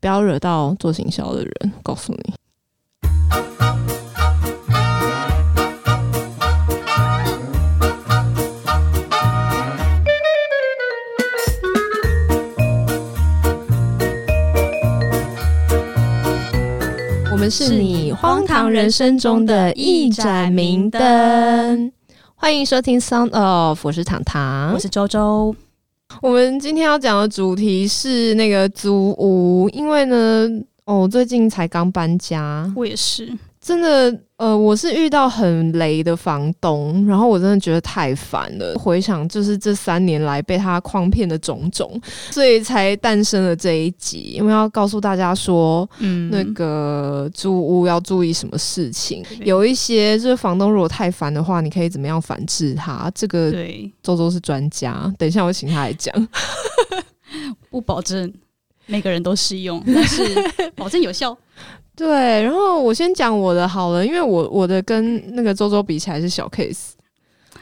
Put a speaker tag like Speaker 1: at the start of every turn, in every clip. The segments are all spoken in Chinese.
Speaker 1: 不要惹到做行销的人，告诉你。我们是你荒唐人生中的一盏明灯。欢迎收听《Sound Off》，我是糖糖
Speaker 2: 我，是周周，
Speaker 1: 我们今天要讲的主题是那个租屋，因为呢，哦，我最近才刚搬家，
Speaker 2: 我也是。
Speaker 1: 真的，呃，我是遇到很雷的房东，然后我真的觉得太烦了。回想就是这三年来被他诓骗的种种，所以才诞生了这一集，因为要告诉大家说，
Speaker 2: 嗯
Speaker 1: 那个租屋要注意什么事情。
Speaker 2: 对
Speaker 1: 有一些就是房东如果太烦的话，你可以怎么样反制他？这个
Speaker 2: 对，
Speaker 1: 周周是专家，等一下我请他来讲。
Speaker 2: 不保证每个人都适 用，但是保证有效。
Speaker 1: 对，然后我先讲我的好了，因为我我的跟那个周周比起来是小 case。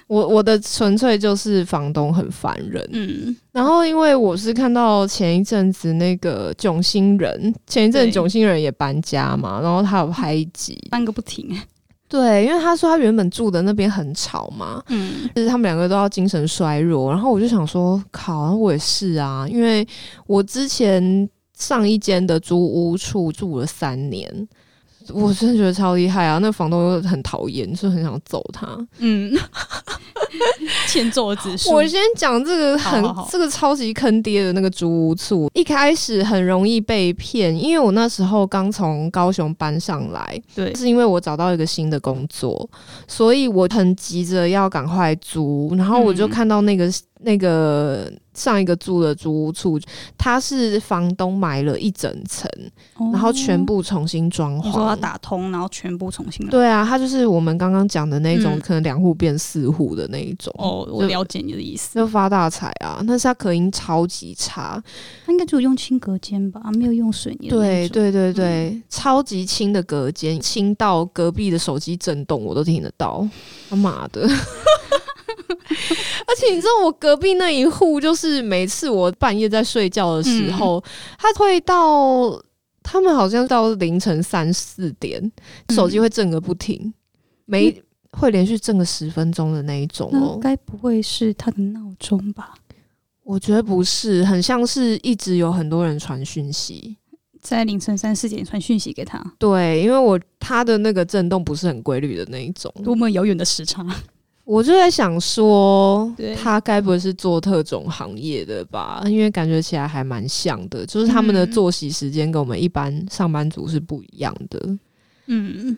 Speaker 1: 我我的纯粹就是房东很烦人，
Speaker 2: 嗯，
Speaker 1: 然后因为我是看到前一阵子那个囧星人，前一阵
Speaker 2: 对
Speaker 1: 囧星人也搬家嘛，然后他有拍一集，
Speaker 2: 搬个不停。
Speaker 1: 对，因为他说他原本住的那边很吵嘛，
Speaker 2: 嗯，
Speaker 1: 就是他们两个都要精神衰弱，然后我就想说，靠，我也是啊，因为我之前上一间的租屋处住了三年，我真的觉得超厉害啊！那房东又很讨厌，就很想揍他。
Speaker 2: 嗯，欠揍的指数。
Speaker 1: 我先讲这个很
Speaker 2: 好好好
Speaker 1: 这个超级坑爹的那个租屋处，一开始很容易被骗，因为我那时候刚从高雄搬上来，
Speaker 2: 对，
Speaker 1: 是因为我找到一个新的工作，所以我很急着要赶快租，然后我就
Speaker 2: 嗯
Speaker 1: 看到那个、那个上一个租的租屋处，它是房东买了一整层，然后全部重新装
Speaker 2: 哦哦你说要
Speaker 1: 潢。
Speaker 2: 打通，然后全部重新来。
Speaker 1: 对啊，它就是我们刚刚讲的那种，
Speaker 2: 嗯
Speaker 1: 可能两户变四户的那一种，
Speaker 2: 哦，我了解你的意思。
Speaker 1: 就发大财啊！但是它隔音超级差，
Speaker 2: 他应该只有用轻隔间吧，没有用水泥的
Speaker 1: 对
Speaker 2: 那种。
Speaker 1: 对
Speaker 2: 嗯
Speaker 1: 对对，超级轻的隔间，轻到隔壁的手机震动我都听得到，他妈的！ 而且你知道我隔壁那一户，就是每次我半夜在睡觉的时
Speaker 2: 嗯
Speaker 1: 候，他会到他们好像到凌晨三四点，
Speaker 2: 嗯
Speaker 1: 手机会震个不停，没会连续震个十分钟的那一种
Speaker 2: 那
Speaker 1: 哦。
Speaker 2: 该不会是他的闹钟吧？
Speaker 1: 我觉得不是，很像是一直有很多人传讯息。
Speaker 2: 在凌晨三四点传讯息给他，
Speaker 1: 对，因为我它的那个震动不是很规律的那一种，
Speaker 2: 多么遥远的时差。
Speaker 1: 我就在想说
Speaker 2: 对，
Speaker 1: 他该不会是做特种行业的吧？因为感觉起来还蛮像的，就是他们的
Speaker 2: 嗯
Speaker 1: 作息时间跟我们一般上班族是不一样的。
Speaker 2: 嗯，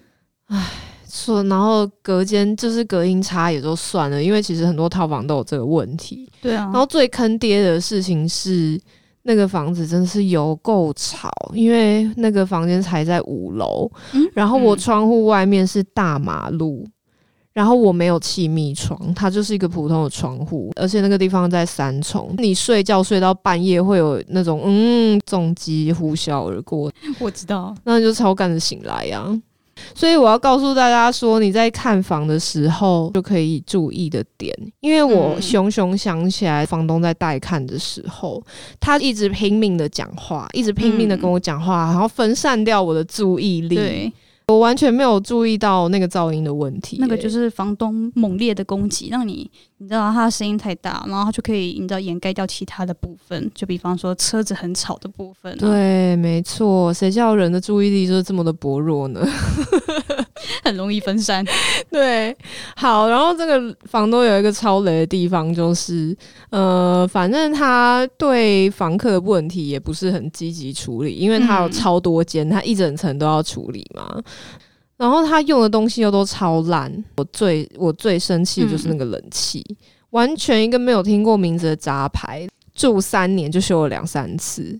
Speaker 1: 说，然后隔间就是隔音差也就算了，因为其实很多套房都有这个问题。
Speaker 2: 对啊。
Speaker 1: 然后最坑爹的事情是，那个房子真的是有够吵，因为那个房间才在五楼，
Speaker 2: 嗯
Speaker 1: 然后我
Speaker 2: 嗯
Speaker 1: 窗户外面是大马路，然后我没有气密窗，它就是一个普通的窗户，而且那个地方在三重，你睡觉睡到半夜会有那种嗯重击呼啸而过，
Speaker 2: 我知道，
Speaker 1: 那你就超干的醒来呀、所以我要告诉大家说，你在看房的时候就可以注意的点，因为我
Speaker 2: 嗯
Speaker 1: 熊熊想起来，房东在带看的时候，他一直拼命的讲话，一直拼命的跟我讲话，然后分散掉我的注意力，
Speaker 2: 对，
Speaker 1: 我完全没有注意到那个噪音的问题、
Speaker 2: 那个就是是房东猛烈的攻击，让你你知道他的声音太大，然后他就可以你知道掩盖掉其他的部分，就比方说车子很吵的部分、啊，
Speaker 1: 对，没错，谁叫人的注意力就是这么的薄弱呢？
Speaker 2: 很容易分 散。
Speaker 1: 对，好，然后这个房东有一个超雷的地方，就是呃，反正他对房客的问题也不是很积极处理，因为他有
Speaker 2: 嗯
Speaker 1: 超多间，他一整层都要处理嘛。然后他用的东西又都超烂，我最我最生气的就是那个冷气，完全一个没有听过名字的杂牌，住三年就修了两三次。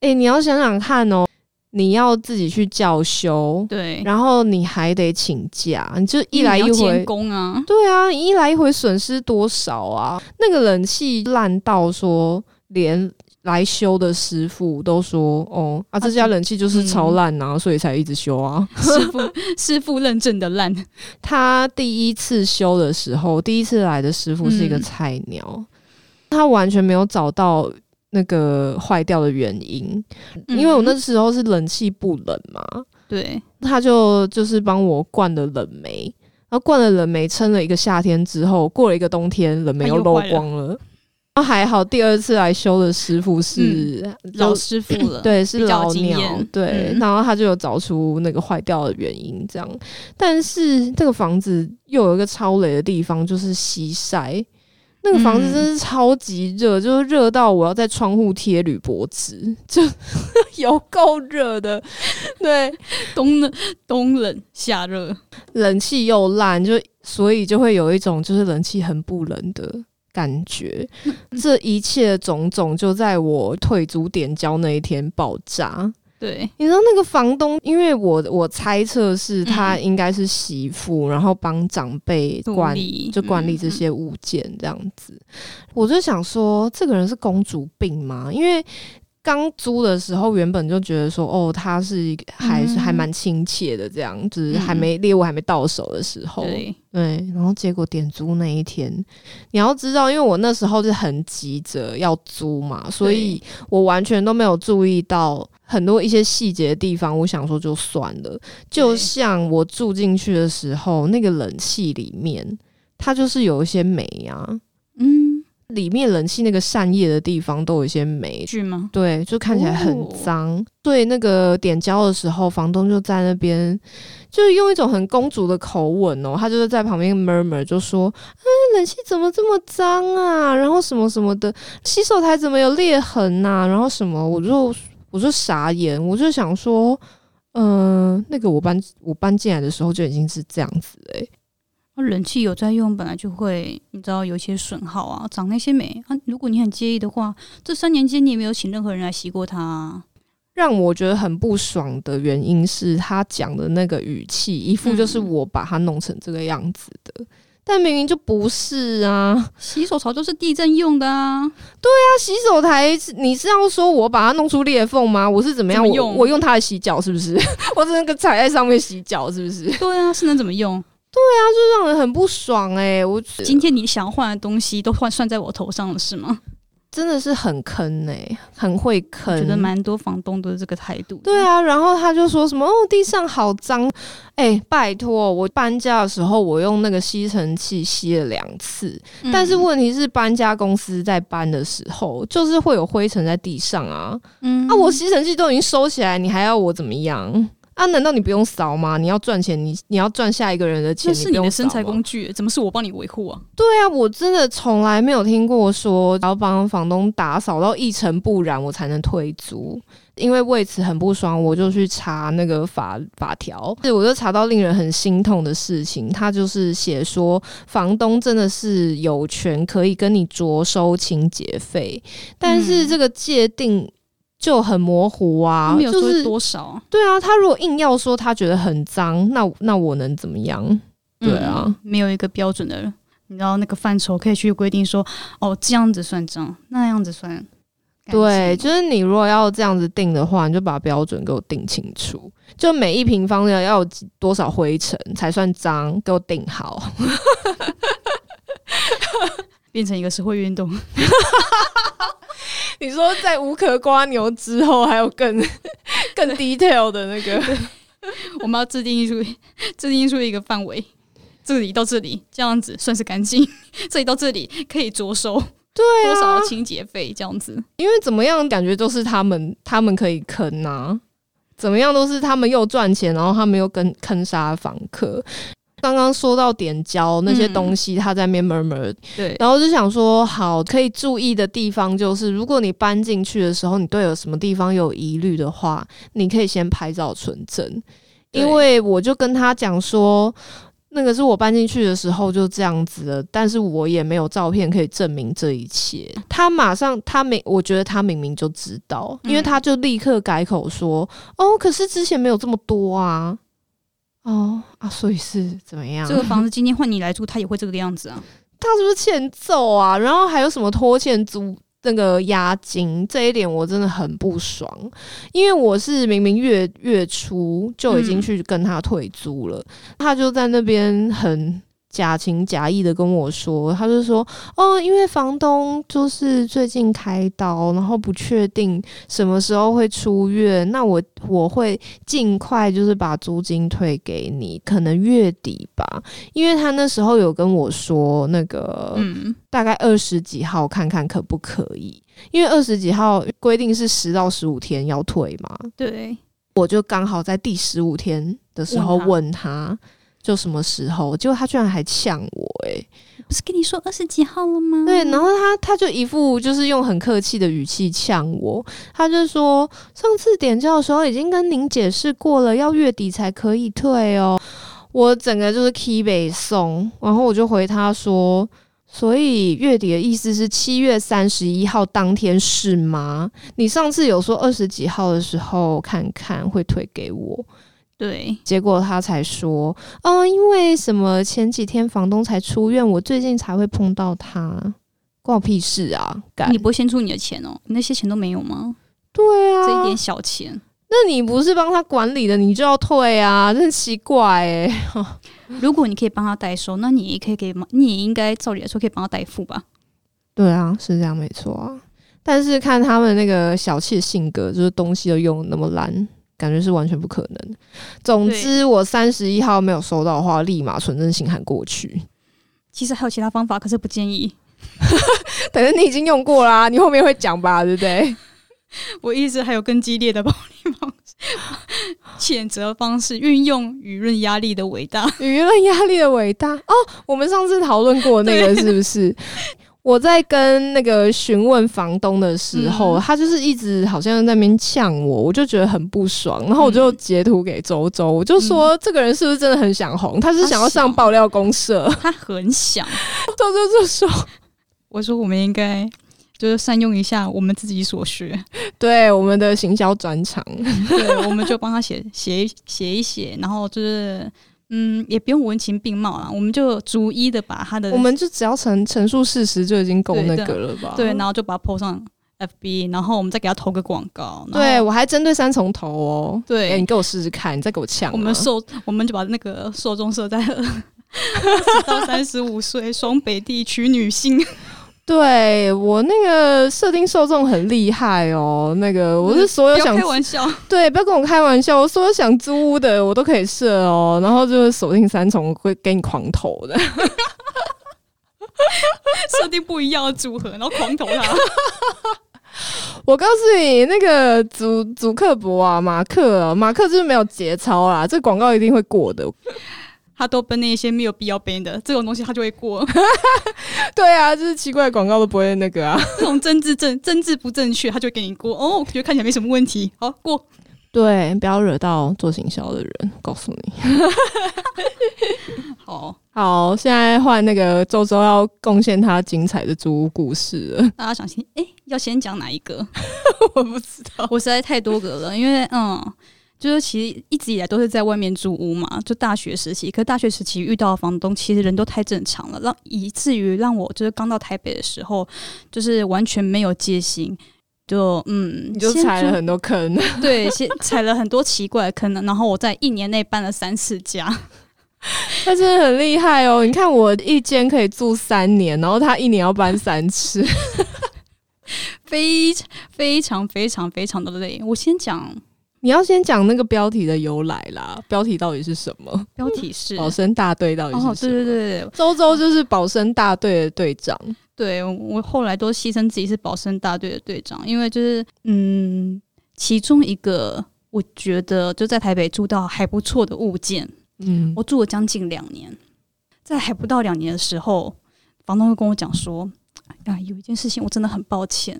Speaker 1: 诶，你要想想看哦，你要自己去叫修，
Speaker 2: 对，
Speaker 1: 然后你还得请假，你就一来一
Speaker 2: 因为你要
Speaker 1: 回
Speaker 2: 监。工啊，
Speaker 1: 对啊，你一来一回损失多少啊？那个冷气烂到说，连来修的师傅都说：“哦，啊，这家冷气就是超烂
Speaker 2: 嗯
Speaker 1: 啊，所以才一直修啊。
Speaker 2: 师傅师傅认证的烂，”
Speaker 1: 他第一次修的时候，第一次来的师傅是一个
Speaker 2: 嗯
Speaker 1: 菜鸟，他完全没有找到那个坏掉的原因，嗯
Speaker 2: 嗯
Speaker 1: 因为我那时候是冷气不冷嘛，
Speaker 2: 对，
Speaker 1: 他就就是帮我灌了冷媒，然后灌了冷媒撑了一个夏天之后，过了一个冬天，冷媒又漏光了。然后还好，第二次来修的师傅是、就
Speaker 2: 嗯老师傅了，
Speaker 1: 对，是
Speaker 2: 比较有
Speaker 1: 老
Speaker 2: 经
Speaker 1: 鸟
Speaker 2: 验，
Speaker 1: 对，
Speaker 2: 嗯
Speaker 1: 然后他就有找出那个坏掉的原因，这样。但是这个房子又有一个超雷的地方，就是西晒。那个房子
Speaker 2: 嗯
Speaker 1: 真是超级热，就是热到我要在窗户贴铝箔纸，就 有够热的。对，
Speaker 2: 冬冷冬冷夏热，
Speaker 1: 冷气又烂，就所以就会有一种就是冷气很不冷的感觉。
Speaker 2: 嗯
Speaker 1: 这一切种种就在我退租点交那一天爆炸。
Speaker 2: 对，
Speaker 1: 你知道那个房东，因为我我猜测是他应该是媳妇，然后帮长辈管
Speaker 2: 嗯独立
Speaker 1: 就管
Speaker 2: 嗯
Speaker 1: 理这，些物件这样子。我就想说，这个人是公主病吗？因为刚租的时候，原本就觉得说，哦，他是一个还是
Speaker 2: 嗯
Speaker 1: 还蛮亲切的，这样子，
Speaker 2: 嗯
Speaker 1: 还没猎物还没到手的时候，
Speaker 2: 嗯对，
Speaker 1: 对，然后结果点租那一天，你要知道，因为我那时候是很急着要租嘛，所以我完全都没有注意到很多一些细节的地方。我想说就算了，就像我住进去的时候，那个冷气里面它就是有一些霉啊，
Speaker 2: 嗯，
Speaker 1: 里面冷气那个扇叶的地方都有一些霉，
Speaker 2: 剧吗？
Speaker 1: 对，就看起来很脏。对，那个点交的时候，房东就在那边，就是用一种很公主的口吻哦，他就是在旁边 murmur 就说：“哎，冷气怎么这么脏啊？然后什么什么的，洗手台怎么有裂痕呐、然后什么，我就我就傻眼，我就想说，嗯、那个我搬我搬进来的时候就已经是这样子欸诶、
Speaker 2: 那冷气有在用，本来就会，你知道有一些损耗啊，长那些霉啊。如果你很介意的话，这三年间你也没有请任何人来洗过它、啊。
Speaker 1: 让我觉得很不爽的原因是他讲的那个语气，一副就是
Speaker 2: 嗯
Speaker 1: 我把它弄成这个样子的，但明明就不是啊。
Speaker 2: 洗手槽都是地震用的啊，
Speaker 1: 那洗手台，你是要说我把它弄出裂缝吗？我是怎么样？
Speaker 2: 怎么
Speaker 1: 我
Speaker 2: 用
Speaker 1: 我用它来洗脚是不是？ 我只能个踩在上面洗脚是不 是？就
Speaker 2: 对啊，是能怎么用？
Speaker 1: 让人很不爽哎、我
Speaker 2: 今天你想要换的东西都换算在我头上了，是吗？
Speaker 1: 真的是很坑哎、很会坑，
Speaker 2: 觉得蛮多房东都是这个态度。
Speaker 1: 嗯对，啊，然后他就说什么哦，地上好脏，哎、拜托，我搬家的时候我用那个吸尘器吸了两次，
Speaker 2: 嗯
Speaker 1: 但是问题是搬家公司在搬的时候，就是会有灰尘在地上啊，
Speaker 2: 嗯
Speaker 1: 啊，我吸尘器都已经收起来，你还要我怎么样？啊，难道你不用扫吗？你要赚钱，你你要赚下一个人的钱，
Speaker 2: 这是
Speaker 1: 你
Speaker 2: 你
Speaker 1: 不用
Speaker 2: 的
Speaker 1: 扫啊
Speaker 2: 身材
Speaker 1: 吗
Speaker 2: 工具，怎么是我帮你维护啊？
Speaker 1: 对啊，我真的从来没有听过说要帮房东打扫到一尘不染，我才能退租。因为为此很不爽，我就去查那个法法条，对，我就查到令人很心痛的事情，他就是写说房东真的是有权可以跟你酌收清洁费，但是
Speaker 2: 嗯
Speaker 1: 这个界定就很模糊啊
Speaker 2: 他，没有
Speaker 1: 就
Speaker 2: 说
Speaker 1: 是
Speaker 2: 多少啊，
Speaker 1: 对啊，他如果硬要说他觉得很脏，那那我能怎么样？对啊
Speaker 2: 嗯没有一个标准的，你知道那个范畴可以去规定说，哦，这样子算账，那样子算干净。
Speaker 1: 对，就是你如果要这样子定的话，你就把标准给我定清楚，就每一平方的要有几多少灰尘才算脏，给我定好。
Speaker 2: 变成一个社会运动。
Speaker 1: 你说在无壳瓜牛之后，还有更 更 detail 的那个，
Speaker 2: 我们要制定出制定出一个范围，这里到这里这样子算是干净，这里到这里可以着收
Speaker 1: 对
Speaker 2: 多
Speaker 1: 啊
Speaker 2: 少，清洁费这样子。
Speaker 1: 因为怎么样，感觉都是他们他们可以坑啊，怎么样都是他们又赚钱，然后他们又跟坑杀房客。刚刚说到点交那些
Speaker 2: 嗯
Speaker 1: 东西，他在那边 murmur
Speaker 2: 对，
Speaker 1: 然后就想说，好，可以注意的地方就是，如果你搬进去的时候，你对有什么地方有疑虑的话，你可以先拍照存证。
Speaker 2: 对
Speaker 1: 因为我就跟他讲说，那个是我搬进去的时候就这样子了，但是我也没有照片可以证明这一切。他马上，他明，我觉得他明明就知道，因为
Speaker 2: 嗯
Speaker 1: 他就立刻改口说，哦，可是之前没有这么多啊。哦啊，所以是怎么样？
Speaker 2: 这个房子今天换你来住，它也会这个样子啊。
Speaker 1: 他是不是欠揍啊？然后还有什么拖欠租那个押金，这一点我真的很不爽，因为我是明明月月初就已经去跟他退租了，他就在那边很。假情假意的跟我说，他就说哦，因为房东就是最近开刀，然后不确定什么时候会出院，那我我会尽快就是把租金退给你，可能月底吧，因为他那时候有跟我说那个
Speaker 2: 嗯，
Speaker 1: 大概二十几号看看可不可以，因为二十几号规定是十到十五天要退嘛，
Speaker 2: 对，
Speaker 1: 我就刚好在第十五天的时候
Speaker 2: 问他
Speaker 1: 问他。就什么时候？结果他居然还呛我、欸，
Speaker 2: 不是跟你说二十几号了吗？
Speaker 1: 对，然后他他就一副就是用很客气的语气呛我，他就说上次点交的时候已经跟您解释过了，要月底才可以退哦。我整个就是 key 北送，然后我就回他说，所以月底的意思是七月三十一号当天是吗？你上次有说二十几号的时候看看会退给我，
Speaker 2: 对，
Speaker 1: 结果他才说，嗯、因为什么前几天房东才出院，我最近才会碰到他，关我屁事啊！干
Speaker 2: 你不会先出你的钱哦，你那些钱都没有吗？
Speaker 1: 对啊，
Speaker 2: 这一点小钱，
Speaker 1: 那你不是帮他管理的，你就要退啊，真奇怪哎、
Speaker 2: 如果你可以帮他代收，那你也可以给，你也应该照理来说可以帮他代付吧？
Speaker 1: 对啊，是这样没错啊，但是看他们那个小气的性格，就是东西都用得那么烂。感觉是完全不可能。总之，我三十一号没有收到的话，立马存真信函过去。
Speaker 2: 其实还有其他方法，可是不建议。
Speaker 1: 等是你已经用过啦、你后面会讲吧，对不对？
Speaker 2: 我一直还有更激烈的暴力方式、 谴责方式，运用舆论压力的伟大。
Speaker 1: 舆论压力的伟大哦，我们上次讨论过那个是不是？我在跟那个询问房东的时候，
Speaker 2: 嗯
Speaker 1: 他就是一直好像在那边呛我，我就觉得很不爽，然后我就
Speaker 2: 嗯
Speaker 1: 截图给周周，我就说、这个人是不是真的很想红？他是想要上爆料公社？
Speaker 2: 他很想，
Speaker 1: 周周就说，
Speaker 2: 我说我们应该就是善用一下我们自己所学，
Speaker 1: 对我们的行销专场，
Speaker 2: 嗯对，我们就帮他写写一写一写，然后就是。嗯，也不用文情并茂啦，我们就逐一的把他的
Speaker 1: 我们就只要陈陈述事实就已经够
Speaker 2: 对
Speaker 1: 那
Speaker 2: 的
Speaker 1: 个了吧？
Speaker 2: 对，然后就把它 PO 上 FB，然后我们再给他投个广告。
Speaker 1: 对，
Speaker 2: 然后
Speaker 1: 我还针对三重头哦。哎、
Speaker 2: 对，
Speaker 1: 你给我试试看，你再给我呛啊、
Speaker 2: 我们受我们就把那个受众设在 二十到三十五岁双北地区女性。
Speaker 1: 对我那个设定受众很厉害哦，那个我是所有
Speaker 2: 嗯不要
Speaker 1: 想、
Speaker 2: 开玩笑，
Speaker 1: 对，不要跟我开玩笑，我所有想租屋的我都可以设哦，然后就是锁定三重会给你狂投的，
Speaker 2: 设定不一样的组合，然后狂投 他。
Speaker 1: 我告诉你，那个祖祖克伯啊，马克啊，马克就是没有节操啦，这广告一定会过的。
Speaker 2: 他都奔那些没有必要奔的这种东西，他就会过。
Speaker 1: 对啊，就是奇怪的广告都不会那个啊。
Speaker 2: 这种政治正政治不正确，他就会给你过。哦，我觉得看起来没什么问题，好过。
Speaker 1: 对，不要惹到做行销的人，告诉你。
Speaker 2: 好，
Speaker 1: 好，现在换那个周周要贡献他精彩的租屋故事了。
Speaker 2: 大家想先，哎、要先讲哪一 个？
Speaker 1: 我不知道，
Speaker 2: 我实在太多个了，因为嗯，就是其实一直以来都是在外面租屋嘛，就大学时期。可大学时期遇到的房东其实人都太正常了，让以至于让我就是刚到台北的时候，就是完全没有戒心。就嗯，
Speaker 1: 你就
Speaker 2: 先
Speaker 1: 踩了
Speaker 2: 租
Speaker 1: 很多坑。
Speaker 2: 对，先踩了很多奇怪的坑，然后我在一年内搬了三次家，
Speaker 1: 他真的很厉害哦！你看我一间可以住三年，然后他一年要搬三次。
Speaker 2: 非常非常非常非常的累。我先讲
Speaker 1: 你要先讲那个标题的由来 啦，标题到底是什么？
Speaker 2: 标题是
Speaker 1: 保生大队到底
Speaker 2: 哦，
Speaker 1: 是什
Speaker 2: 对
Speaker 1: 么？
Speaker 2: 对对对
Speaker 1: 周周就是保生大队的队长，
Speaker 2: 对，我后来都牺牲自己是保生大队的队长，因为就是嗯，其中一个我觉得就在台北住到还不错的物件，
Speaker 1: 嗯，
Speaker 2: 我住了将近两年，在还不到两年的时候，房东就跟我讲说。啊，有一件事情我真的很抱歉，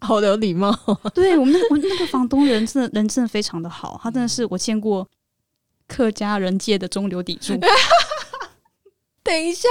Speaker 1: 好有礼貌。
Speaker 2: 对我们那个我那个房东人真的人真的非常的好，他真的是我见过客家人界的中流砥柱。
Speaker 1: 等一下，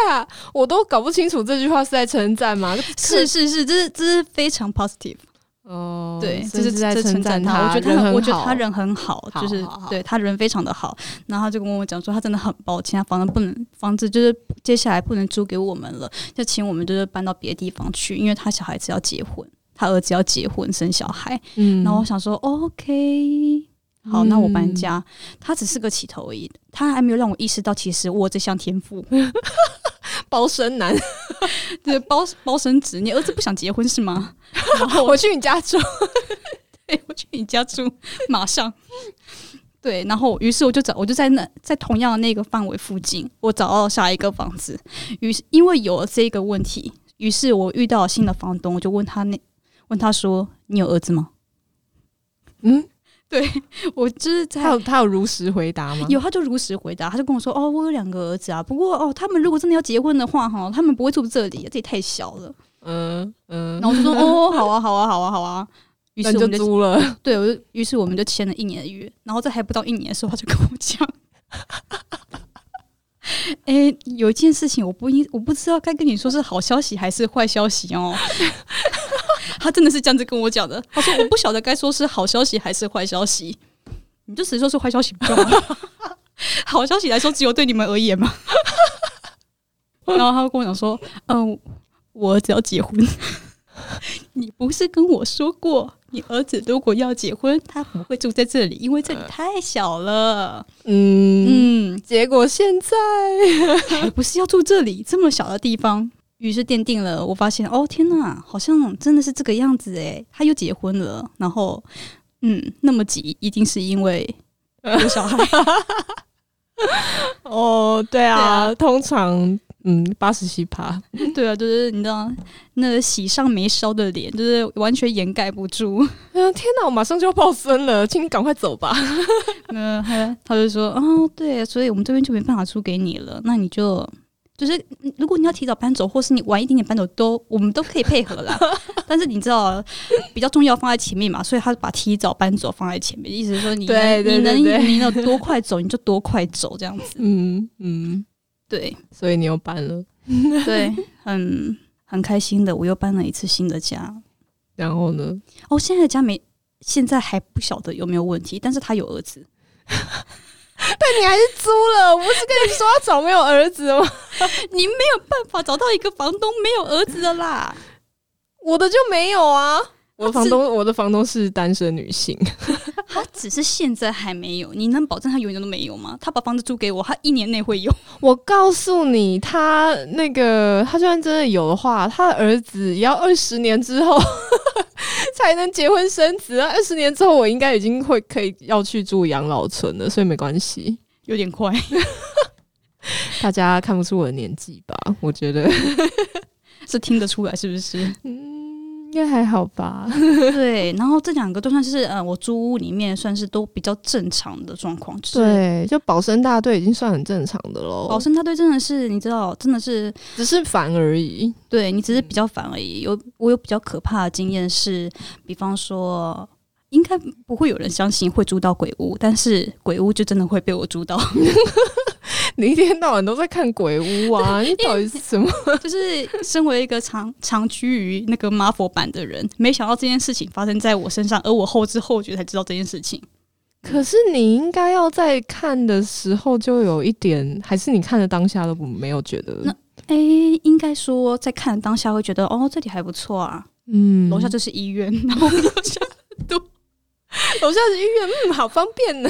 Speaker 1: 我都搞不清楚这句话是在称赞吗？
Speaker 2: 是是是，这是这是非常 positive，
Speaker 1: 哦，
Speaker 2: 对，
Speaker 1: 这
Speaker 2: 这是
Speaker 1: 在
Speaker 2: 这
Speaker 1: 称
Speaker 2: 称
Speaker 1: 赞
Speaker 2: 他。我觉得
Speaker 1: 人
Speaker 2: 他，
Speaker 1: 很
Speaker 2: 我觉得他
Speaker 1: 好
Speaker 2: 人很好，
Speaker 1: 好
Speaker 2: 就是
Speaker 1: 好好
Speaker 2: 对他人非常的好。然后他就跟我讲说，他真的很抱歉，他房子不能，房子就是接下来不能租给我们了，就请我们就是搬到别的地方去，因为他小孩子要结婚，他儿子要结婚生小孩。
Speaker 1: 嗯
Speaker 2: 然后我想说、哦 OK，好，那我搬
Speaker 1: 嗯
Speaker 2: 家，它只是个起头而已，它还没有让我意识到其实我有这项天赋，
Speaker 1: 包身男，
Speaker 2: 对，包包生子，你儿子不想结婚是吗？然后我
Speaker 1: 我去你家住，
Speaker 2: 对，我去你家住，马上。对，然后于是我就找，我就在那在同样的那个范围附近，我找到下一个房子。于是因为有了这个问题，于是我遇到了新的房东，我就问他那问他说：“你有儿子吗
Speaker 1: 嗯，？”
Speaker 2: 我就是在
Speaker 1: 他有他有如实回答吗？
Speaker 2: 有，他就如实回答，他就跟我说：“哦，我有两个儿子啊，不过哦，他们如果真的要结婚的话，哈，他们不会住这里，这里太小了。
Speaker 1: 嗯”嗯
Speaker 2: 然，后我就说：“哦，好啊，好啊，好啊，好啊。”于是
Speaker 1: 那
Speaker 2: 我
Speaker 1: 你
Speaker 2: 们
Speaker 1: 就
Speaker 2: 就
Speaker 1: 租了，
Speaker 2: 对，我就于是我们就签了一年的约，然后在还不到一年的时候，他就跟我讲，哎、有一件事情我不应我不知道该跟你说是好消息还是坏消息哦。 他真的是这样子跟我讲的，他说我不晓得该说是好消息还是坏消息，你就直说是坏消息不就好 了？好消息来说，只有对你们而言嘛。 然后他就跟我讲说，嗯、我儿子要结婚。你不是跟我说过，你儿子如果要结婚，他不会住在这里，因为这里太小了。
Speaker 1: 嗯。
Speaker 2: 嗯，
Speaker 1: 结果现在
Speaker 2: 还哎不是要住这里这么小的地方。于是奠定了，我发现哦，天哪，好像真的是这个样子诶，他又结婚了，然后嗯，那么急，一定是因为有小孩。
Speaker 1: 哦，对
Speaker 2: 啊
Speaker 1: 啊，通常嗯八十七趴，
Speaker 2: 对啊，就是你知道，那喜上眉梢的脸，就是完全掩盖不住。
Speaker 1: 嗯，天哪，我马上就要抱孙了，请你赶快走吧。
Speaker 2: 嗯，他他就说，哦，对，所以我们这边就没办法租给你了，那你就就是如果你要提早搬走，或是你晚一点点搬走，都我们都可以配合 啦。但是你知道，比较重要放在前面嘛，所以他把提早搬走放在前面，意思是说你能
Speaker 1: 对对对
Speaker 2: 你
Speaker 1: 对
Speaker 2: 能你能多快走你就多快走这样子。
Speaker 1: 嗯嗯，
Speaker 2: 对
Speaker 1: 所以你又搬了，
Speaker 2: 对，很很开心的，我又搬了一次新的家。
Speaker 1: 然后呢？
Speaker 2: 哦，现在的家没，现在还不晓得有没有问题，但是他有儿 子。
Speaker 1: 但你还是租了，我不是跟你说要找没有儿子吗？
Speaker 2: 你没有办法找到一个房东没有儿子的啦。
Speaker 1: 我的就没有啊。我的
Speaker 2: 他
Speaker 1: 房
Speaker 2: 是
Speaker 1: 东，我的房东是单身女性，
Speaker 2: 他只是现在还没有，你能保证他永远都没有吗？他把房子租给我，他一年内会有。
Speaker 1: 我告诉你，他那个他就算真的有的话，他的儿子也要二十年之后 才能结婚生子啊。二十年之后，我应该已经会可以要去住养老村了，所以没关系。
Speaker 2: 有点快，
Speaker 1: 大家看不出我的年纪吧？我觉得，
Speaker 2: 是听得出来是不是？
Speaker 1: 嗯，应该还好吧。
Speaker 2: 对，然后这两个都算是呃，我租屋里面算是都比较正常的状况。就是，
Speaker 1: 对，就保生大队已经算很正常的喽，
Speaker 2: 保生大队真的是你知道，真的是
Speaker 1: 只是烦而已。
Speaker 2: 对你只是比较烦而已。有我有比较可怕的经验是，比方说。应该不会有人相信会租到鬼屋，但是鬼屋就真的会被我租到。
Speaker 1: 你一天到晚都在看鬼屋啊？你到底是什么？
Speaker 2: 就是身为一个长长居于那个马佛版的人，没想到这件事情发生在我身上，而我后知后觉才知道这件事情。
Speaker 1: 可是你应该要在看的时候就有一点，还是你看的当下都不没有觉得
Speaker 2: 那？哎、应该说在看当下会觉得哦，这里还不错啊，
Speaker 1: 嗯
Speaker 2: 楼下就是医院，然后楼下
Speaker 1: 楼下是医院，嗯，好方便呢。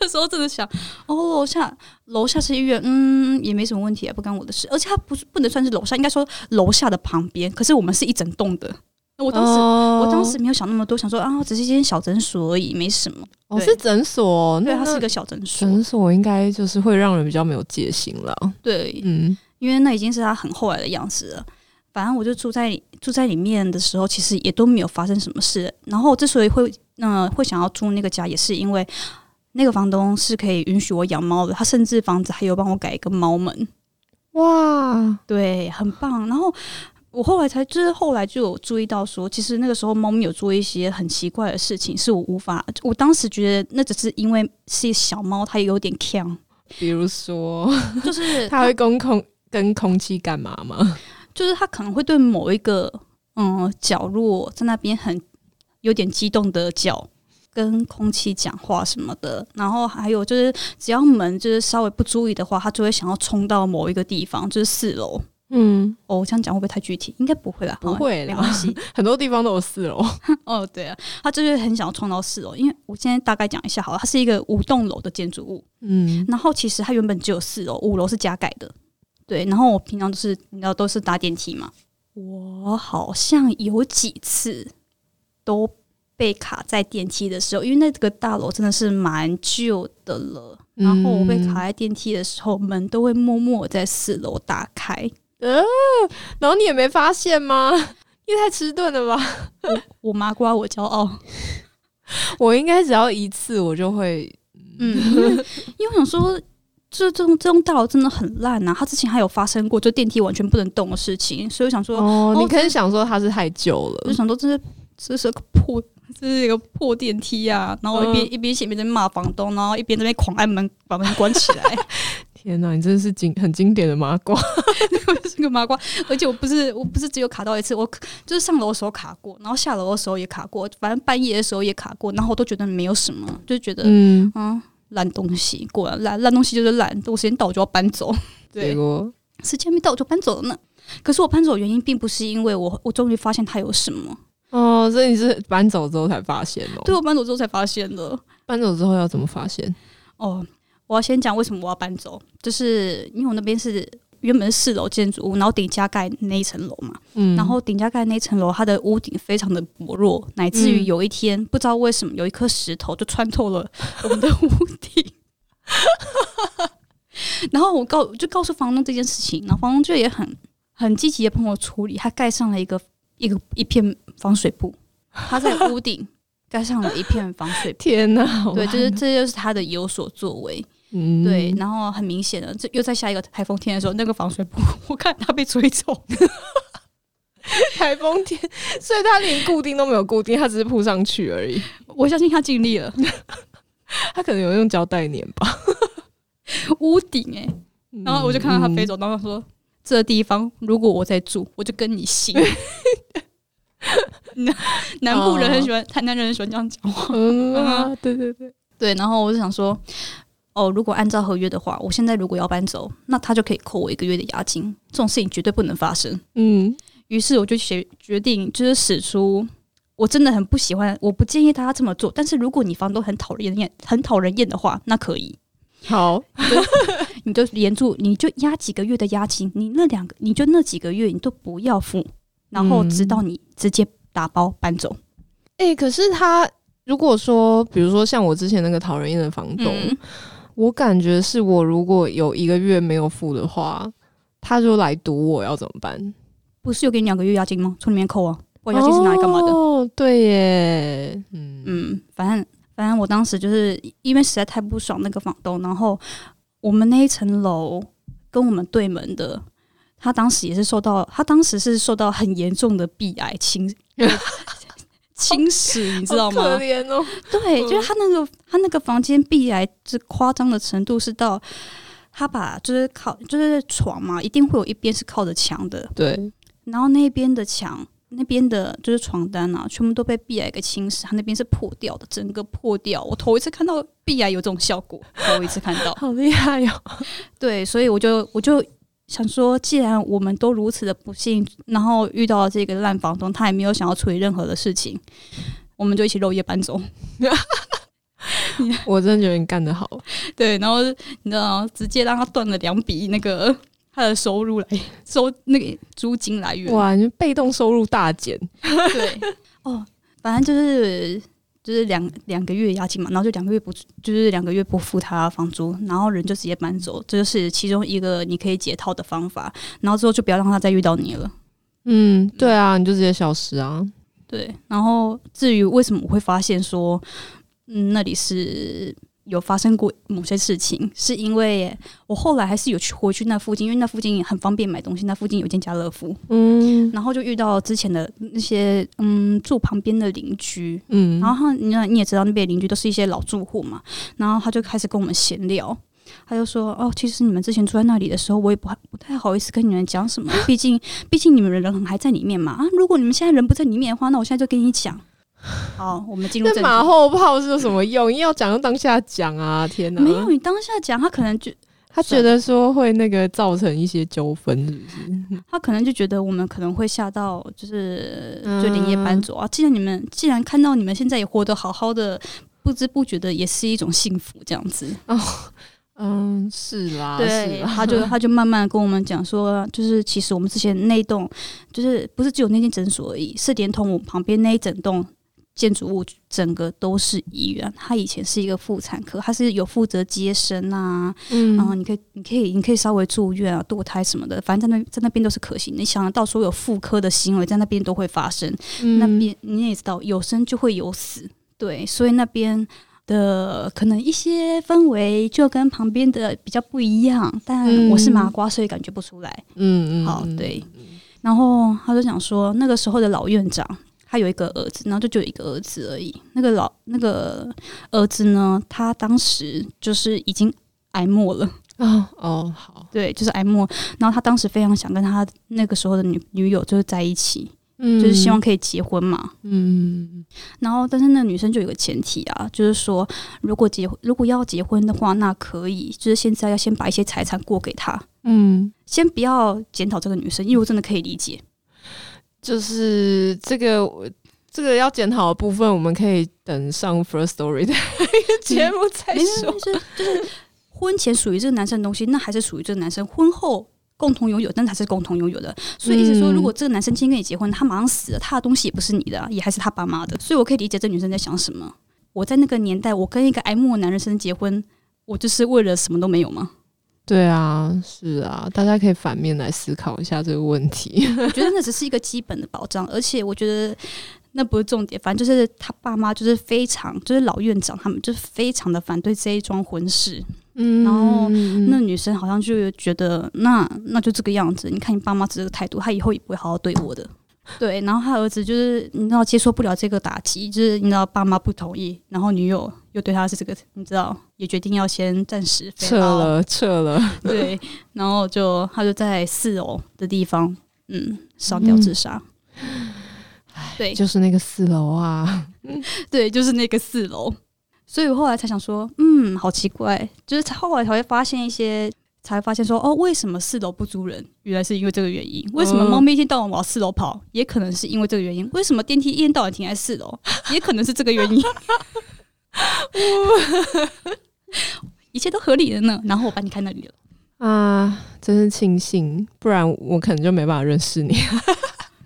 Speaker 2: 的时候真的想，哦，楼下楼下是医院，嗯，也没什么问题啊，不干我的事。而且它不是不能算是楼下，应该说楼下的旁边，可是我们是一整栋的。那我
Speaker 1: 我
Speaker 2: 当时、
Speaker 1: 哦、
Speaker 2: 我当时没有想那么多，想说啊，只是一间小诊所而已，没什么。
Speaker 1: 哦
Speaker 2: 对
Speaker 1: 是诊所哦，
Speaker 2: 对，
Speaker 1: 那
Speaker 2: 它是
Speaker 1: 那
Speaker 2: 一个小诊所，
Speaker 1: 诊所，应该就是会让人比较没有戒心了。
Speaker 2: 对，
Speaker 1: 嗯，
Speaker 2: 因为那已经是他很后来的样子了。反正我就住在住在里面的时候，其实也都没有发生什么事。然后之所以会嗯、呃、会想要住那个家，也是因为那个房东是可以允许我养猫的，他甚至房子还有帮我改一个猫门，
Speaker 1: 哇，
Speaker 2: 对，很棒。然后我后来才就是后来就有注意到说，其实那个时候猫咪有做一些很奇怪的事情，是我无法，我当时觉得那只是因为是小猫，它有点呛，
Speaker 1: 比如说，
Speaker 2: 就是
Speaker 1: 他会跟空跟空气干嘛吗？
Speaker 2: 就是他可能会对某一个嗯角落在那边很有点激动的叫，跟空气讲话什么的。然后还有就是，只要门就是稍微不注意的话，他就会想要冲到某一个地方，就是四楼。
Speaker 1: 嗯嗯，
Speaker 2: 哦，我这样讲会不会太具体？应该不会啦，
Speaker 1: 不会
Speaker 2: 哦
Speaker 1: 啦
Speaker 2: 没关系。
Speaker 1: 很多地方都有四楼。
Speaker 2: 哦，对啊，他就是很想要创造四楼，因为我现在大概讲一下好了，它是一个五栋楼的建筑物，
Speaker 1: 嗯
Speaker 2: 然后其实它原本只有四楼，五楼是加盖的。对，然后我平常都是你知道都是搭电梯嘛，我好像有几次都被卡在电梯的时候，因为那个大楼真的是蛮旧的了。
Speaker 1: 嗯
Speaker 2: 然后我被卡在电梯的时候，门都会默默在四楼打开。
Speaker 1: 呃，然后你也没发现吗？ 你也太迟钝了吧！
Speaker 2: 我麻瓜，我骄傲。
Speaker 1: 我应该只要一次，我就会
Speaker 2: 嗯，因为因为我想说，这这种这种大楼真的很烂呐、啊。它之前还有发生过，就电梯完全不能动的事情，所以我想说，
Speaker 1: 哦
Speaker 2: 哦
Speaker 1: 你可能想说它是太旧
Speaker 2: 我就
Speaker 1: 了，
Speaker 2: 想说这是这是个破，这是一个破电梯啊！然后我一边、
Speaker 1: 嗯
Speaker 2: 一边写一边在骂房东，然后一边这边狂按门把门关起来，
Speaker 1: 天哪，你真的是经很经典的麻瓜。
Speaker 2: 我是个麻瓜。而且我不是我不是只有卡到一次，我就是上楼的时候卡过，然后下楼的时候也卡过，反正半夜的时候也卡过，然后我都觉得没有什么，就觉得
Speaker 1: 嗯，
Speaker 2: 嗯烂东西，果然烂烂东西就是烂，我时间到我就要搬走。
Speaker 1: 结果
Speaker 2: 时间没到我就搬走了呢。可是我搬走的原因并不是因为我我终于发现它有什么，
Speaker 1: 哦，所以你是搬走之后才发现哦？
Speaker 2: 对，我搬走之后才发现的。
Speaker 1: 搬走之后要怎么发现？
Speaker 2: 哦，我要先讲为什么我要搬走，就是因为我那边是原本是四楼建筑物，然后顶加盖那一层楼嘛，
Speaker 1: 嗯
Speaker 2: 然后顶加盖那一层楼它的屋顶非常的薄弱，乃至于
Speaker 1: 嗯
Speaker 2: 有一天、不知道为什么有一颗石头就穿透了我们的屋顶。 然后我告就告诉房东这件事情，然后房东就也很很积极的帮我处理，他盖上了一个一个一片防水布，他在屋顶盖上了一片防水 布，
Speaker 1: 天哪，
Speaker 2: 对，就是这就是他的有所作为。
Speaker 1: 嗯
Speaker 2: 对，，然后很明显的，这又在下一个台风天的时候，那个防水布， 我看它被吹走。
Speaker 1: 台风天，所以它连固定都没有固定，它只是铺上去而已。
Speaker 2: 我相信他尽力了。
Speaker 1: 它可能有用胶带粘吧。
Speaker 2: 屋顶哎、 然后我就看到它飞
Speaker 1: 走，
Speaker 2: 走，然后说：“这地方如果我在住，我就跟你姓。 南”南部人很喜欢，台南人很喜欢这样讲话。
Speaker 1: 嗯
Speaker 2: 啊
Speaker 1: 啊，对对对，
Speaker 2: 对，然后我就想说，哦，如果按照合约的话，我现在如果要搬走，那他就可以扣我一个月的押金，这种事情绝对不能发生。
Speaker 1: 嗯
Speaker 2: 于是我就决决定，就是使出我真的很不喜欢，我不建议大家这么做。但是如果你房东很讨人厌、很讨人厌的话，那可以，
Speaker 1: 好，
Speaker 2: 你就连住，你就压几个月的押金，你那两个，你就那几个月你都不要付，然后
Speaker 1: 嗯
Speaker 2: 直到你直接打包搬走。
Speaker 1: 哎、可是他如果说，比如说像我之前那个讨人厌的房东，
Speaker 2: 嗯
Speaker 1: 我感觉是我如果有一个月没有付的话，他就来堵我要怎么办？
Speaker 2: 不是有给你两个月押金吗？从里面扣啊，我押金是拿来干嘛的？
Speaker 1: 哦，对耶，嗯
Speaker 2: 嗯，反正反正我当时就是因为实在太不爽那个房东，然后我们那一层楼跟我们对门的，他当时也是受到，他当时是受到很严重的壁癌侵 侵蚀，你知道
Speaker 1: 好
Speaker 2: 吗
Speaker 1: 可？怜哦，
Speaker 2: 对，
Speaker 1: 嗯
Speaker 2: 就是他那个他那个房间壁癌是夸张的程度是到。他把就是靠就是床嘛，一定会有一边是靠着墙的，
Speaker 1: 对，
Speaker 2: 然后那边的墙、那边的就是床单啊，全部都被壁癌给侵蚀，它那边是破掉的，整个破掉。我头一次看到壁癌有这种效果，头一次看到。
Speaker 1: 好厉害
Speaker 2: 哦
Speaker 1: 哟、
Speaker 2: 对，所以我就我就想说，既然我们都如此的不幸，然后遇到了这个烂房东，他也没有想要处理任何的事情，我们就一起漏夜搬走。
Speaker 1: 我真的觉得你干得好，
Speaker 2: 对，然后你知道，直接让他断了两笔那个他的收入来收那个租金来源。
Speaker 1: 哇，你被动收入大减，
Speaker 2: 对， 哦，反正就是就是两两个月押金嘛，然后就两个月不就是两个月不付他房租，然后人就直接搬走，这就是其中一个你可以解套的方法。然后之后就不要让他再遇到你了。
Speaker 1: 嗯，对啊，你就直接消失啊，
Speaker 2: 对，然后至于为什么我会发现说，嗯，那里是有发生过某些事情，是因为我后来还是有去回去那附近，因为那附近很方便买东西，那附近有一间家乐福，
Speaker 1: 嗯
Speaker 2: 然后就遇到之前的那些嗯住旁边的邻居，
Speaker 1: 嗯，
Speaker 2: 然后他你你也知道那边的邻居都是一些老住户嘛，然后他就开始跟我们闲聊，他就说哦，其实你们之前住在那里的时候，我也不不太好意思跟你们讲什么， 毕竟毕竟你们人很还在里面嘛啊，如果你们现在人不在里面的话，那我现在就跟你讲。好，我们进入
Speaker 1: 那
Speaker 2: 正
Speaker 1: 马
Speaker 2: 题。
Speaker 1: 后炮是有什么用？要讲就当下讲啊！天哪，
Speaker 2: 没有，你当下讲，他可能就
Speaker 1: 他觉得说会那个造成一些纠纷，是不是？
Speaker 2: 他可能就觉得我们可能会吓到，就是
Speaker 1: 嗯
Speaker 2: 就连夜搬走啊。既然你们既然看到你们现在也活得好好的，不知不觉的也是一种幸福，这样子。
Speaker 1: 嗯，是啦，
Speaker 2: 对
Speaker 1: 是，啦，
Speaker 2: 他就他就慢慢地跟我们讲说，就是其实我们之前那一栋，就是不是只有那间诊所而已，是连同我们旁边那一整栋建筑物，整个都是医院。他以前是一个妇产科，他是有负责接生啊，
Speaker 1: 嗯
Speaker 2: 然后你可以你可以你可以稍微住院啊、堕胎什么的，反正在那在那边都是可行。你想到所有妇科的行为在那边都会发生，
Speaker 1: 嗯
Speaker 2: 嗯那边你也知道，有生就会有死，对，所以那边的可能一些氛围就跟旁边的比较不一样，但
Speaker 1: 嗯
Speaker 2: 我是麻瓜，所以感觉不出来。
Speaker 1: 嗯嗯，
Speaker 2: 好，对
Speaker 1: 嗯，
Speaker 2: 然后他就讲说，那个时候的老院长他有一个儿子，然后就只有一个儿子而已。那个老那个儿子呢，他当时就是已经癌末了。
Speaker 1: 哦哦好，
Speaker 2: 对，就是癌末。然后他当时非常想跟他那个时候的女女友就是在一起，
Speaker 1: 嗯
Speaker 2: 就是希望可以结婚嘛。
Speaker 1: 嗯
Speaker 2: 然后，但是那女生就有个前提啊，就是说，如果结如果要结婚的话，那可以，就是现在要先把一些财产过给他，
Speaker 1: 嗯，
Speaker 2: 先不要检讨这个女生，因为我真的可以理解。
Speaker 1: 就是这个我这个要检讨的部分，我们可以等上 First Story 的节目再
Speaker 2: 嗯没事，
Speaker 1: 说
Speaker 2: 没。事，就是婚前属于这个男生的东西，那还是属于这个男生；婚后共同拥有，那才是共同拥有的。所以意思说，
Speaker 1: 嗯
Speaker 2: 如果这个男生今天跟你结婚，他马上死了，他的东西也不是你的啊，也还是他爸妈的。所以我可以理解这女生在想什么。我在那个年代，我跟一个癌末的男人生结婚，我就是为了什么都没有吗？
Speaker 1: 对啊，是啊，大家可以反面来思考一下这个问 题。
Speaker 2: 我觉得那只是一个基本的保障，而且我觉得那不是重点，反正就是他爸妈就是非常，就是老院长他们就是非常的反对这一桩婚事。
Speaker 1: 嗯
Speaker 2: 然后那
Speaker 1: 那
Speaker 2: 女生好像就觉得，那那就这个样子，你看你爸妈这个态度，他以后也不会好好对我的。对，然后他儿子就是你知道接受不了这个打击，就是你知道爸妈不同意，然后女友又对他是这个，你知道也决定要先暂时飞
Speaker 1: 撤
Speaker 2: 澳
Speaker 1: 了，撤了。
Speaker 2: 对，然后就他就在四楼的地方，嗯，上吊自杀。对
Speaker 1: 就是那个四楼啊，
Speaker 2: 对，就是那个四楼。所以我后来才想说，嗯，好奇怪，就是才后来才会发现一些，才发现说，哦，为什么四楼不租人？原来是因为这个原因。为什么
Speaker 1: 嗯
Speaker 2: 猫咪一天到晚往四楼跑？也可能是因为这个原因。为什么电梯一天到晚停在四楼？也可能是这个原因。一切都合理的呢。然后我把你看那里了。
Speaker 1: 啊，真是庆幸，不然我可能就没办法认识你。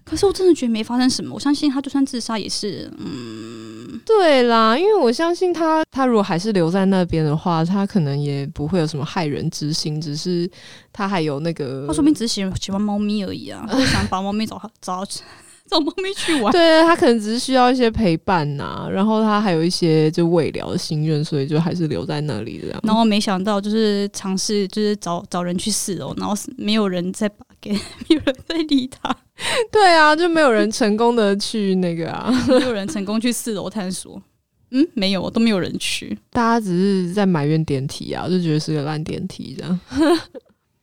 Speaker 2: 可是我真的觉得没发生什么，我相信他就算自杀也是，嗯
Speaker 1: 对啦，因为我相信他，他如果还是留在那边的话，他可能也不会有什么害人之心，只是他还有那个
Speaker 2: 哦他，说明只是喜欢喜欢猫咪而已啊，就想把猫咪找找 找猫咪去玩。
Speaker 1: 对他可能只是需要一些陪伴呐、然后他还有一些就未了的心愿，所以就还是留在那里这 样。
Speaker 2: 然后没想到就是尝试就是找找人去四楼，然后是没有人再把给， 没有人再理他，
Speaker 1: 对啊，就没有人成功的去那个啊，
Speaker 2: 没有人成功去四楼探索。嗯，没有，都没有人去，
Speaker 1: 大家只是在埋怨电梯啊，就觉得是个烂电梯这样。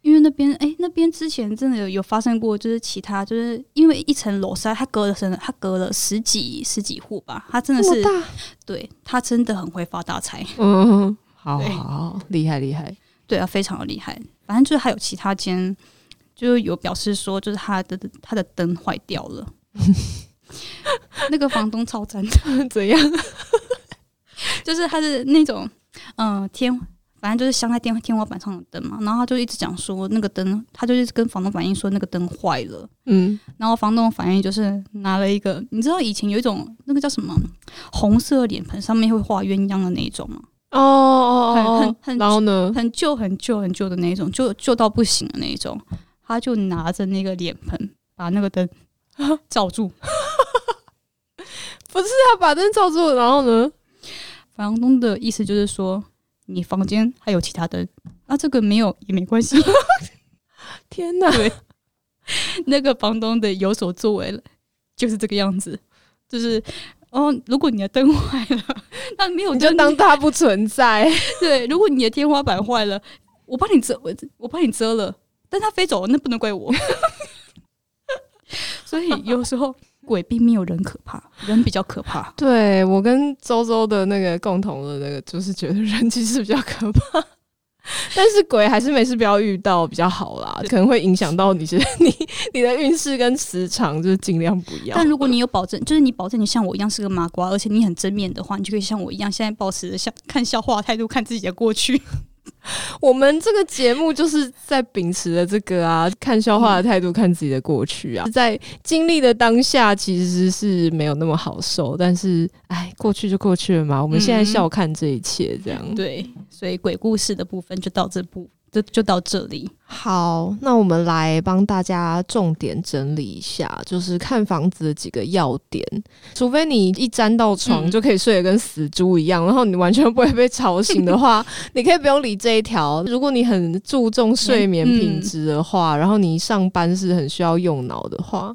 Speaker 2: 因为那边哎、那边之前真的有有发生过，就是其他就是因为一层楼塞，它隔了层，它隔了十几十几户吧，它真的
Speaker 1: 这么
Speaker 2: 是
Speaker 1: 大，
Speaker 2: 对，它真的很会发大财。
Speaker 1: 嗯，好
Speaker 2: 对
Speaker 1: 好好，厉害厉害。
Speaker 2: 对啊，非常的厉害。反正就是还有其他间，就是有表示说，就是他的他的灯坏掉了， 那个房东超赞的，
Speaker 1: 怎样？
Speaker 2: 就是他是那种嗯、呃天。反正就是镶在天天花板上的灯嘛，然后他就一直讲说那个灯，他就是跟房东反映说那个灯坏了，
Speaker 1: 嗯，
Speaker 2: 然后房东反映就是拿了一个，你知道以前有一种那个叫什么红色脸盆上面会画鸳鸯的那一种吗？
Speaker 1: 哦哦哦，
Speaker 2: 很很很
Speaker 1: 然后呢？
Speaker 2: 很旧很旧很旧的那一种，旧旧到不行的那一种，他就拿着那个脸盆把那个灯 罩住。
Speaker 1: 他把灯照住，然后呢？
Speaker 2: 房东的意思就是说，你房间还有其他灯，那、这个没有也没关系。
Speaker 1: 天 哪！
Speaker 2: 那个房东的有所作为了，就是这个样子，就是哦，如果你的灯坏了，那没有
Speaker 1: 你
Speaker 2: 灯
Speaker 1: 就当它不存在。
Speaker 2: 对，如果你的天花板坏了，我帮你遮，我我帮你遮了，但它飞走了，那不能怪 我。 所以有时候鬼并没有人可怕，人比较可怕。
Speaker 1: 对我跟周周的那个共同的那个，就是觉得人其实比较可怕。 但是鬼还是没事，不要遇到比较好啦，可能会影响到你是 你你的运势跟磁场，就是尽量不 要。
Speaker 2: 但如果你有保证，就是你保证你像我一样是个麻瓜，而且你很正面的话，你就可以像我一样，现在保持着像看笑话的态度看自己的过 去。
Speaker 1: 我们这个节目就是在秉持着这个啊，看笑话的态度，看自己的过去啊，在经历的当下其实是没有那么好受，但是哎，过去就过去了嘛。我们现在
Speaker 2: 嗯
Speaker 1: 笑看这一切，这样、
Speaker 2: 对，所以鬼故事的部分就到这部，就就到这里。
Speaker 1: 好，那我们来帮大家重点整理一下，就是看房子的几个要点。除非你一沾到床
Speaker 2: 嗯
Speaker 1: 就可以睡得跟死猪一样，然后你完全不会被吵醒的话，你可以不用理这一条。如果你很注重睡眠品质的话，然后你上班是很需要用脑的话，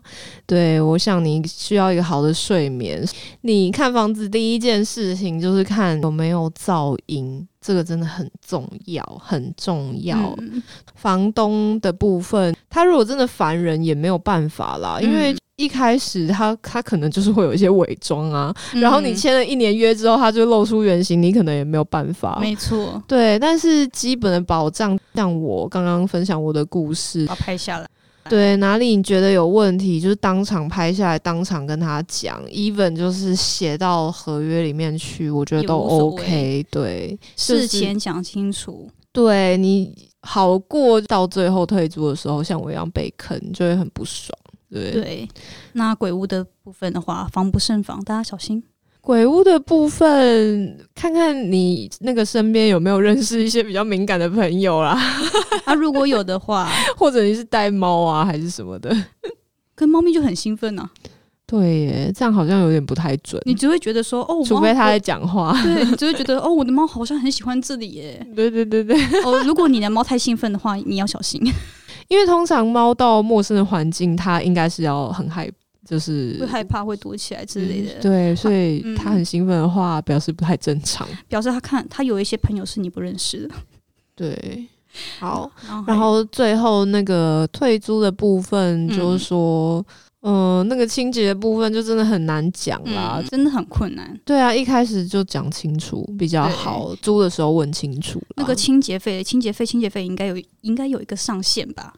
Speaker 1: 对我想你需要一个好的睡眠。你看房子第一件事情就是看有没有噪音。这个真的很重要，很重要。
Speaker 2: 嗯
Speaker 1: 房东的部分，他如果真的烦人也没有办法啦，
Speaker 2: 嗯
Speaker 1: 因为一开始他他可能就是会有一些伪装啊，
Speaker 2: 嗯
Speaker 1: 然后你签了一年约之后，他就露出原形，你可能也没有办法。
Speaker 2: 没错，
Speaker 1: 对，但是基本的保障，像我刚刚分享我的故事，
Speaker 2: 把它拍下来。
Speaker 1: 对哪里你觉得有问题，就是当场拍下来，当场跟他讲，even 就是写到合约里面去，我觉得
Speaker 2: 也
Speaker 1: 都
Speaker 2: 无所
Speaker 1: OK。对，就是
Speaker 2: 事前讲清楚，
Speaker 1: 对你好过到最后退租的时候，像我一样被坑，就会很不爽。对，
Speaker 2: 对。那鬼屋的部分的话，防不胜防，大家小心。
Speaker 1: 鬼屋的部分，看看你那个身边有没有认识一些比较敏感的朋友啦，
Speaker 2: 啊，如果有的话，
Speaker 1: 或者你是带猫啊，还是什么的。
Speaker 2: 跟猫咪就很兴奋
Speaker 1: 嗯
Speaker 2: 啊，
Speaker 1: 对耶，这样好像有点不太准，
Speaker 2: 你只会觉得说，哦，我
Speaker 1: 除
Speaker 2: 猫
Speaker 1: 非他
Speaker 2: 我
Speaker 1: 在讲话。
Speaker 2: 对，你就会觉得哦，我的猫好像很喜欢这里耶。
Speaker 1: 对对对对，
Speaker 2: 哦，如果你的猫太兴奋的话，你要小心，
Speaker 1: 因为通常猫到陌生的环境，它应该是要很害，就是
Speaker 2: 会害怕，会躲起来之类的。
Speaker 1: 对，所以
Speaker 2: 嗯
Speaker 1: 它很兴奋的话，表示不太正 常。
Speaker 2: 表示他看他有一些朋友是你不认识的。
Speaker 1: 对，好，
Speaker 2: 然后还
Speaker 1: 嗯然后最后那个退租的部分，
Speaker 2: 嗯
Speaker 1: 就是说，嗯、那个清洁的部分就真的很难讲啦。
Speaker 2: 嗯，真的很困难。
Speaker 1: 对啊，一开始就讲清楚比较好，租的时候问清楚啦。
Speaker 2: 那个清洁费，清洁费，清洁费应该有应该有一个上限吧？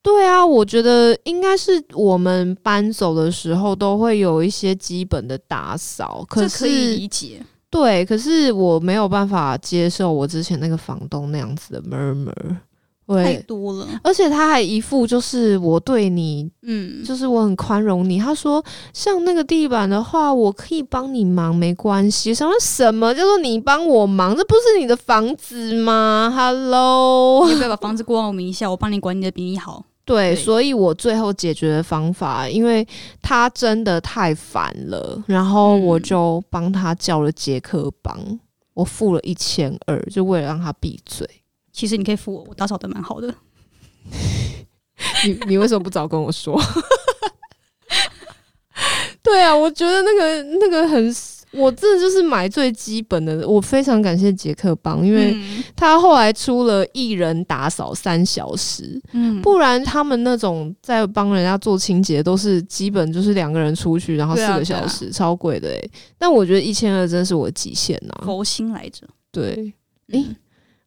Speaker 1: 对啊，我觉得应该是我们搬走的时候都会有一些基本的打扫，
Speaker 2: 这
Speaker 1: 是
Speaker 2: 可以理解。
Speaker 1: 对，可是我没有办法接受我之前那个房东那样子的 murmur，
Speaker 2: 太
Speaker 1: 对，
Speaker 2: 多了，
Speaker 1: 而且他还一副就是我对你
Speaker 2: 嗯，
Speaker 1: 就是我很宽容你。他说，像那个地板的话，我可以帮你忙，没关系。我想说什么叫做你帮我忙？这不是你的房子吗？Hello，
Speaker 2: 你要不要把房子过我名下？我帮你管你的比你好。
Speaker 1: 对，
Speaker 2: 对
Speaker 1: 所以我最后解决的方法，因为他真的太烦了，然后我
Speaker 2: 嗯
Speaker 1: 就帮他叫了杰克帮，我付了一千二，就为了让他闭嘴。
Speaker 2: 其实你可以付我，我打扫的蛮好的。
Speaker 1: 你你为什么不早跟我说？ 对啊，我觉得那个那个很，我真的就是买最基本的。我非常感谢杰克帮，因为
Speaker 2: 嗯
Speaker 1: 他后来出了一人打扫三小时，
Speaker 2: 嗯，
Speaker 1: 不然他们那种在帮人家做清洁都是基本就是两个人出去，然后四
Speaker 2: 对啊
Speaker 1: 个小时，超贵的、欸。但我觉得一千二真是我极限啊呐、
Speaker 2: 佛心来着。
Speaker 1: 对，
Speaker 2: 嗯
Speaker 1: 诶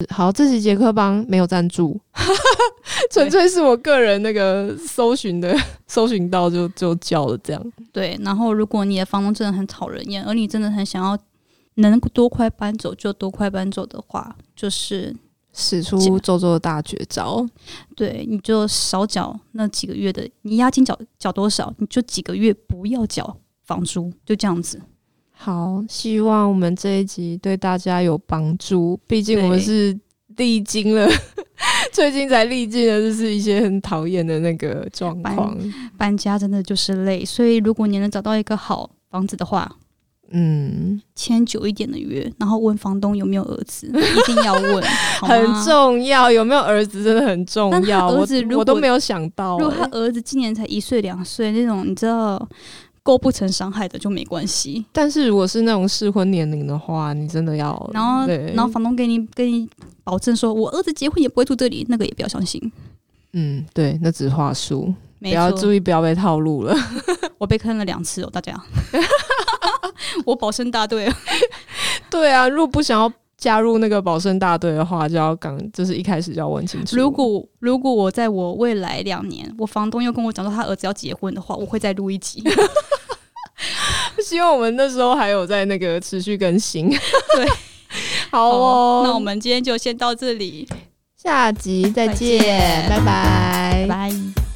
Speaker 1: 好，这期杰克帮没有赞 助，纯粹是我个人那个搜寻的搜寻到就就叫了这样。
Speaker 2: 对，然后如果你的房东真的很讨人厌，而你真的很想要能多快搬走就多快搬走的话，就是
Speaker 1: 使出周周的大绝招，
Speaker 2: 对，你就少缴那几个月的，你押金缴缴多少，你就几个月不要缴房租，就这样子。
Speaker 1: 好，希望我们这一集对大家有帮助。毕竟我们
Speaker 2: 对
Speaker 1: 是历经了， 最近才历经了，就是一些很讨厌的那个状
Speaker 2: 搬
Speaker 1: 况。
Speaker 2: 搬家真的就是累，所以如果你能找到一个好房子的话，
Speaker 1: 嗯，
Speaker 2: 签久一点的约，然后问房东有没有儿 子，一定要问，好吗
Speaker 1: 很。重欸要，有没有儿子真的很重
Speaker 2: 但他
Speaker 1: 要。
Speaker 2: 儿
Speaker 1: 我
Speaker 2: 子如
Speaker 1: 我都
Speaker 2: 果
Speaker 1: 没有想到、
Speaker 2: 如果
Speaker 1: 欸
Speaker 2: 他儿子今年才一岁两岁，那种你知道构不成伤害的就没关系。
Speaker 1: 但是如果是那种适婚年龄的话，你真的要，
Speaker 2: 然后
Speaker 1: 哦对，
Speaker 2: 然后房东给你给你保证说，我儿子结婚也不会住这里，那个也不要相信。
Speaker 1: 嗯，对，那只是话术，不
Speaker 2: 没
Speaker 1: 要
Speaker 2: 错，
Speaker 1: 注意，不要被套路了。
Speaker 2: 我被坑了两次 哦，大家，我保身大队了。
Speaker 1: 对啊，如果不想要加入那个保生大队的话，就要刚就是一开始就要问清楚。
Speaker 2: 如果如果我在我未来两年，我房东又跟我讲说他儿子要结婚的话，我会再录一集。
Speaker 1: 希望我们那时候还有在那个持续更新。对， 好
Speaker 2: 好
Speaker 1: 哦，哎
Speaker 2: 那我们今天就先到这里，
Speaker 1: 下集再见，
Speaker 2: 再见
Speaker 1: 拜拜
Speaker 2: 拜拜。